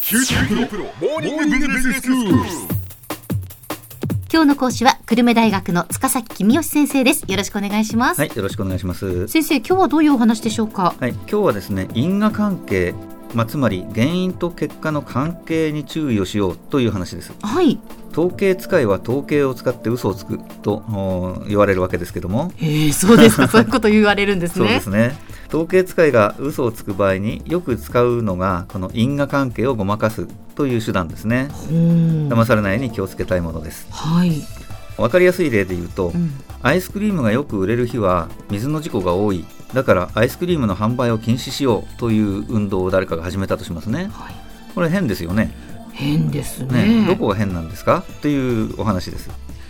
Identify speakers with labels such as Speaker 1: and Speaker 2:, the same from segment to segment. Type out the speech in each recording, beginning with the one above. Speaker 1: 九州大学モーニングビジネススクール。
Speaker 2: 今日の講師は久留米大学の塚崎君吉先生ですよろしくお願いします、
Speaker 3: はい、よろしくお願いします。
Speaker 2: 先生今日はどういうお話でしょうか
Speaker 3: はい、今日はですね、因果関係、まあ、つまり原因と結果の関係に注意をしようという話です。
Speaker 2: はい
Speaker 3: 統計使いは統計を使って嘘をつくとお言われるわけですけども、
Speaker 2: へえそうですか そういうこと言われるんです
Speaker 3: そうで
Speaker 2: ね
Speaker 3: すね。統計使いが嘘をつく場合によく使うのがこの因果関係をごまかすという手段ですね。
Speaker 2: ほー
Speaker 3: 騙されないように気をつけたいものです。
Speaker 2: はい、
Speaker 3: わかりやすい例で言うと、
Speaker 2: うん、
Speaker 3: アイスクリームがよく売れる日は水の事故が多いだからアイスクリームの販売を禁止しようという運動を誰かが始めたとしますね
Speaker 2: はい
Speaker 3: これ変ですよね
Speaker 2: 変ですね
Speaker 3: ねどこが変なんですかというお話です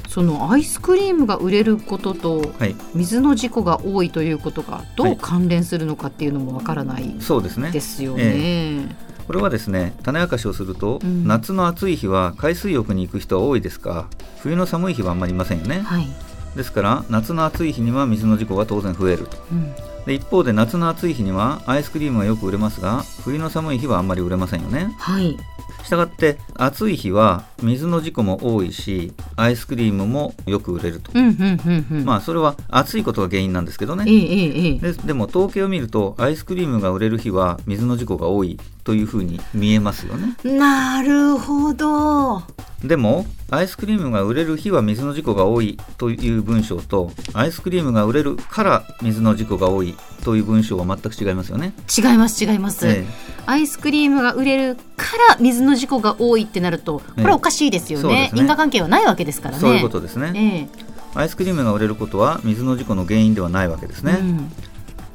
Speaker 2: そのアイスクリームが売れることと
Speaker 3: はい
Speaker 2: 水の事故が多いということが
Speaker 3: は
Speaker 2: どう
Speaker 3: い
Speaker 2: 関連するのかっていうのもわからない
Speaker 3: そうですね
Speaker 2: ですよね、
Speaker 3: これはですね種明かしをすると、
Speaker 2: うん
Speaker 3: 夏の暑い日は海水浴に行く人は多いですが冬の寒い日はあんまりいませんよね
Speaker 2: はい、
Speaker 3: ですから夏の暑い日には水の事故が当然増えると
Speaker 2: うん、
Speaker 3: で一方で夏の暑い日にはアイスクリームがよく売れますが冬の寒い日はあんまり売れませんよね
Speaker 2: はい
Speaker 3: したがって暑い日は水の事故も多いしアイスクリームもよく売れると、
Speaker 2: うんうんうんうん
Speaker 3: まあそれは暑いことが原因なんですけど
Speaker 2: え
Speaker 3: ね
Speaker 2: えええええ
Speaker 3: ででも統計を見るとアイスクリームが売れる日は水の事故が多いというふうに見えますよね
Speaker 2: なるほど。は
Speaker 3: でもアイスクリームが売れる日は水の事故が多いという文章とアイスクリームが売れるから水の事故が多いという文章は全く違いますよね、
Speaker 2: 違います違います、
Speaker 3: え
Speaker 2: アイスクリームが売れるから水の事故が多いってなるとこれはおかしいですよ
Speaker 3: そうで
Speaker 2: ね,、
Speaker 3: すね
Speaker 2: 因果関係はないわけですか
Speaker 3: え
Speaker 2: らね
Speaker 3: そういうことですね
Speaker 2: え
Speaker 3: アイスクリームが売れることは水の事故の原因ではないわけです
Speaker 2: え
Speaker 3: ね、
Speaker 2: うん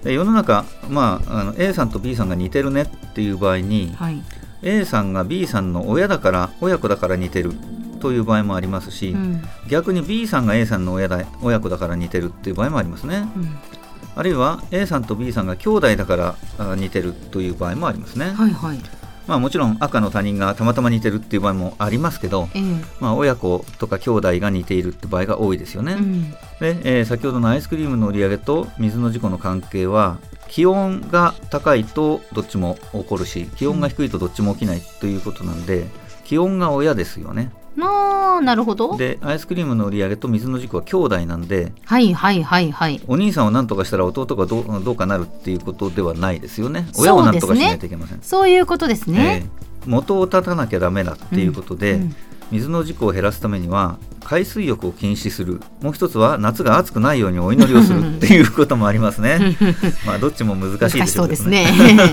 Speaker 3: で世の中、まあ、あの A さんと B さんが似てるねっていう場合に、
Speaker 2: はい、
Speaker 3: A さんが B さんの親だから親子だから似てるという場合もありますし、
Speaker 2: うん
Speaker 3: 逆に B さんが A さんの親だ親子だから似てるっていう場合もありますね
Speaker 2: うん
Speaker 3: あるいは A さんと B さんが兄弟だからあ似てるという場合もありますね、
Speaker 2: はいはい
Speaker 3: まあ、もちろん赤の他人がたまたま似てるっていう場合もありますけど、
Speaker 2: ええ
Speaker 3: まあ、親子とか兄弟が似ているって場合が多いですよね、
Speaker 2: うん
Speaker 3: で、えー先ほどのアイスクリームの売り上げと水の事故の関係は気温が高いとどっちも起こるし気温が低いとどっちも起きないということなんで、気温が親ですよね
Speaker 2: なあなるほど
Speaker 3: でアイスクリームの売り上げと水の事故は兄弟なんで
Speaker 2: はいはいはいはい
Speaker 3: お兄さんを何とかしたら弟がどうどうかなるっていうことではないですよね親を何とかしないといけません、
Speaker 2: そういうことですね、
Speaker 3: えー元を立たなきゃダメだっていうことで、
Speaker 2: うん
Speaker 3: 水の事故を減らすためには海水浴を禁止するもう一つは夏が暑くないようにお祈りをする っていうこともありますねまあどっちも難しいで
Speaker 2: 難し
Speaker 3: し
Speaker 2: そ
Speaker 3: ょ
Speaker 2: う
Speaker 3: うけ
Speaker 2: です
Speaker 3: どね
Speaker 2: ね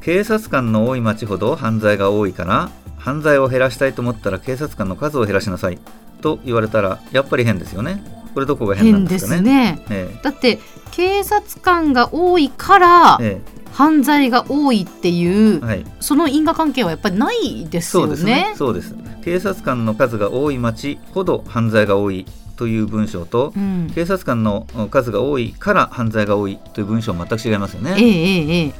Speaker 3: 警察官の多い町ほど犯罪が多いから犯罪を減らしたいと思ったら警察官の数を減らしなさいと言われたらやっぱり変ですよねこれどこが変なん
Speaker 2: 変
Speaker 3: で
Speaker 2: です
Speaker 3: か
Speaker 2: す
Speaker 3: ね
Speaker 2: ね
Speaker 3: え
Speaker 2: だって警察官が多いから
Speaker 3: ええ
Speaker 2: 犯罪が多いっていう
Speaker 3: えはい
Speaker 2: その因果関係はやっぱりないです
Speaker 3: そう
Speaker 2: よ
Speaker 3: ですね
Speaker 2: ね。
Speaker 3: そうです警察官の数が多い町ほど犯罪が多いという文章と、
Speaker 2: うん、
Speaker 3: 警察官の数が多いから犯罪が多いという文章は全く違いますよ
Speaker 2: ええ
Speaker 3: ね。
Speaker 2: ええええ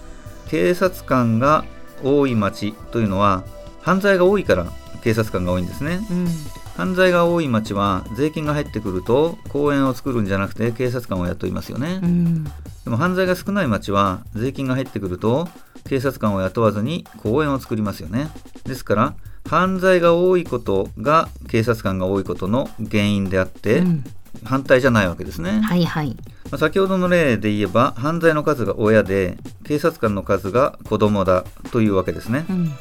Speaker 3: 警察官が多い町というのは犯罪が多いから警察官が多いんですね。
Speaker 2: うん、
Speaker 3: 犯罪が多い町は税金が入ってくると公園を作るんじゃなくて警察官を雇いますよね。
Speaker 2: うん、
Speaker 3: でも犯罪が少ない町は税金が入ってくると警察官を雇わずに公園を作りますよね。ですから犯罪が多いことが警察官が多いことの原因であって、
Speaker 2: うん
Speaker 3: 反対じゃないわけですね。
Speaker 2: はいはい、
Speaker 3: まあ先ほどの例で言えば犯罪の数が親で警察官の数が子供だというわけですね
Speaker 2: うん、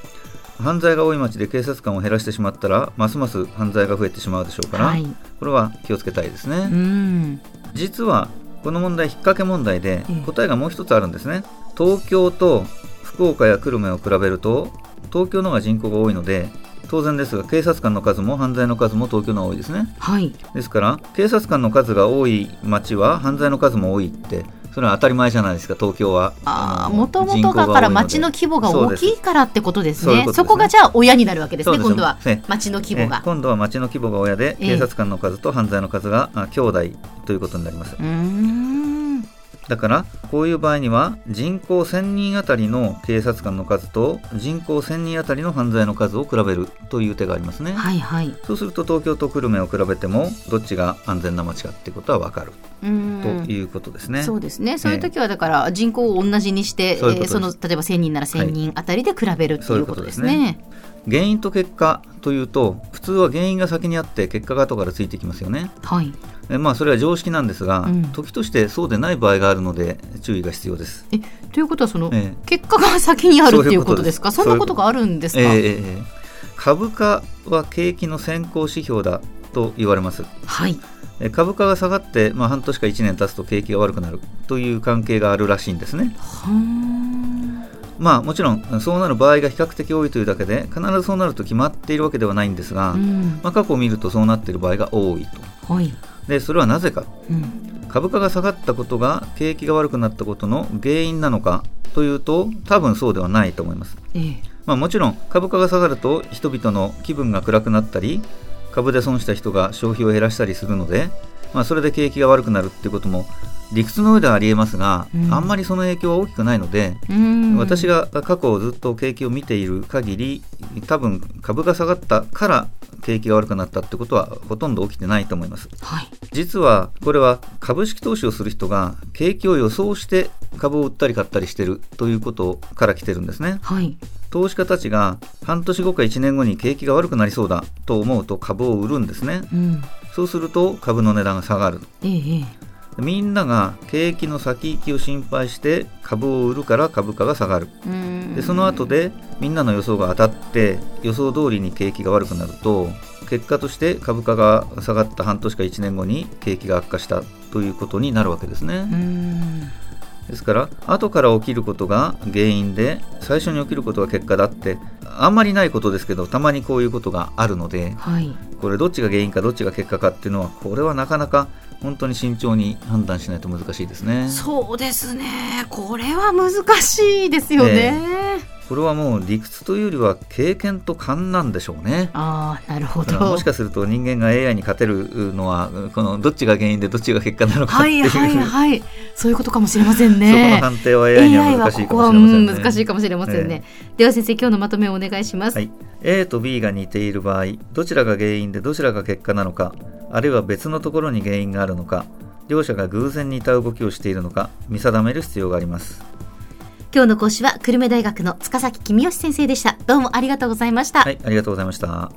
Speaker 3: 犯罪が多い町で警察官を減らしてしまったらますます犯罪が増えてしまうでしょうから、
Speaker 2: はい、
Speaker 3: これは気をつけたいですね、
Speaker 2: うん、
Speaker 3: 実はこの問題引っ掛け問題で
Speaker 2: ええ
Speaker 3: 答えがもう一つあるんですね東京と福岡や久留米を比べると東京の方が人口が多いので当然ですが警察官の数も犯罪の数も東京の方が多いですね
Speaker 2: はい、
Speaker 3: ですから警察官の数が多い町は犯罪の数も多いってそれは当たり前じゃないですか東京は
Speaker 2: ああ、
Speaker 3: の
Speaker 2: もとも
Speaker 3: 人
Speaker 2: と
Speaker 3: 口が
Speaker 2: だ
Speaker 3: 多い
Speaker 2: から
Speaker 3: で
Speaker 2: 町の規模が大きいからってことです
Speaker 3: そういう
Speaker 2: ね。
Speaker 3: こ
Speaker 2: そ
Speaker 3: とですね
Speaker 2: こがじゃあ親になるわけですね。
Speaker 3: そうです
Speaker 2: 今度は
Speaker 3: ええ
Speaker 2: 町の規模
Speaker 3: え
Speaker 2: が
Speaker 3: え。今度は町の規模が親で
Speaker 2: ええ
Speaker 3: 警察官の数と犯罪の数があ兄弟ということになりま
Speaker 2: う
Speaker 3: す
Speaker 2: ーん、
Speaker 3: だからこういう場合には人口1000人あたりの警察官の数と人口1000人あたりの犯罪の数を比べるという手がありますね、
Speaker 2: はいはい
Speaker 3: そうすると東京と久留米を比べてもどっちが安全な街かっていうことは分かる
Speaker 2: う
Speaker 3: と
Speaker 2: ん
Speaker 3: いうことですね、
Speaker 2: そうですねそういう時はだから人口を同じにして、
Speaker 3: そういうことです
Speaker 2: えーの例えば1,000人なら1,000人あたりで比べるっていうことです
Speaker 3: そういう
Speaker 2: ね。
Speaker 3: 原因と結果というと普通は原因が先にあって結果が後からついてきますよね
Speaker 2: はい、
Speaker 3: えまあそれは常識なんですが、
Speaker 2: うん
Speaker 3: 時としてそうでない場合があるので注意が必要です
Speaker 2: えということはその、
Speaker 3: え
Speaker 2: 結果が先にある
Speaker 3: そういう
Speaker 2: ってい
Speaker 3: こと
Speaker 2: うことですか
Speaker 3: です
Speaker 2: そんなことがあるんです
Speaker 3: え
Speaker 2: か、
Speaker 3: えええええ株価は景気の先行指標だと言われます
Speaker 2: はい
Speaker 3: え株価が下がって、まあ、半年か1年経つと景気が悪くなるという関係があるらしいんですね
Speaker 2: はーん
Speaker 3: まあもちろんそうなる場合が比較的多いというだけで必ずそうなると決まっているわけではないんですが、
Speaker 2: うん
Speaker 3: まあ、過去を見るとそうなっている場合が多いと
Speaker 2: はい、
Speaker 3: でそれはなぜか
Speaker 2: うん、
Speaker 3: 株価が下がったことが景気が悪くなったことの原因なのかというと多分そうではないと思います、
Speaker 2: ええ
Speaker 3: まあ、もちろん株価が下がると人々の気分が暗くなったり株で損した人が消費を減らしたりするので、まあ、それで景気が悪くなるっていうことも理屈の上ではありえますが、
Speaker 2: うん
Speaker 3: あんまりその影響は大きくないので、
Speaker 2: うん
Speaker 3: 私が過去をずっと景気を見ている限り多分株が下がったから景気が悪くなったってことはほとんど起きてないと思います
Speaker 2: はい
Speaker 3: 実はこれは株式投資をする人が景気を予想して株を売ったり買ったりしてるということから来てるんですね
Speaker 2: はい
Speaker 3: 投資家たちが半年後か1年後に景気が悪くなりそうだと思うと株を売るんですね
Speaker 2: うん
Speaker 3: そうすると株の値段が下がる
Speaker 2: ええええ
Speaker 3: みんなが景気の先行きを心配して株を売るから株価が下がる
Speaker 2: うん
Speaker 3: でその後でみんなの予想が当たって予想通りに景気が悪くなると結果として株価が下がった半年か1年後に景気が悪化したということになるわけです
Speaker 2: う
Speaker 3: ね
Speaker 2: ん
Speaker 3: ですから後から起きることが原因で最初に起きることが結果だってあんまりないことですけどたまにこういうことがあるので
Speaker 2: はい
Speaker 3: これどっちが原因かどっちが結果かっていうのはこれはなかなか本当に慎重に判断しないと難しいですね
Speaker 2: そうですねこれは難しいですよね、
Speaker 3: これはもう理屈というよりは経験と勘なんでしょうね
Speaker 2: ああなるほ
Speaker 3: だ
Speaker 2: ど
Speaker 3: からもしかすると人間が AI に勝てるのはこのどっちが原因でどっちが結果なのかっ
Speaker 2: は
Speaker 3: てい、
Speaker 2: いうはい はいそういうことかもしれません
Speaker 3: そこの
Speaker 2: ね
Speaker 3: 判定は AI には
Speaker 2: AI は
Speaker 3: 難しい
Speaker 2: こ
Speaker 3: か
Speaker 2: こ
Speaker 3: も
Speaker 2: は
Speaker 3: し
Speaker 2: う
Speaker 3: れません
Speaker 2: ん
Speaker 3: ね。
Speaker 2: 難しいかもしれませんね、では先生今日のまとめをお願いします
Speaker 3: は
Speaker 2: はい、
Speaker 3: い A と B が似ている場合どちらが原因でどちらが結果なのかあるいは別のところに原因があるのか両者が偶然似た動きをしているのか見定める必要があります。
Speaker 2: 今日の講師は久留米大学の塚崎公義先生でしたどうもありがとうございました、
Speaker 3: はい、ありがとうございました。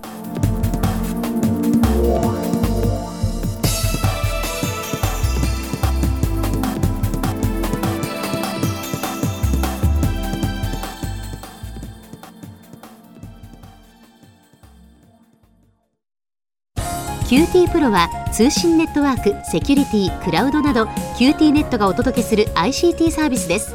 Speaker 2: QT プロは通信ネットワーク、セキュリティ、クラウドなど QT ネットがお届けする ICT サービスです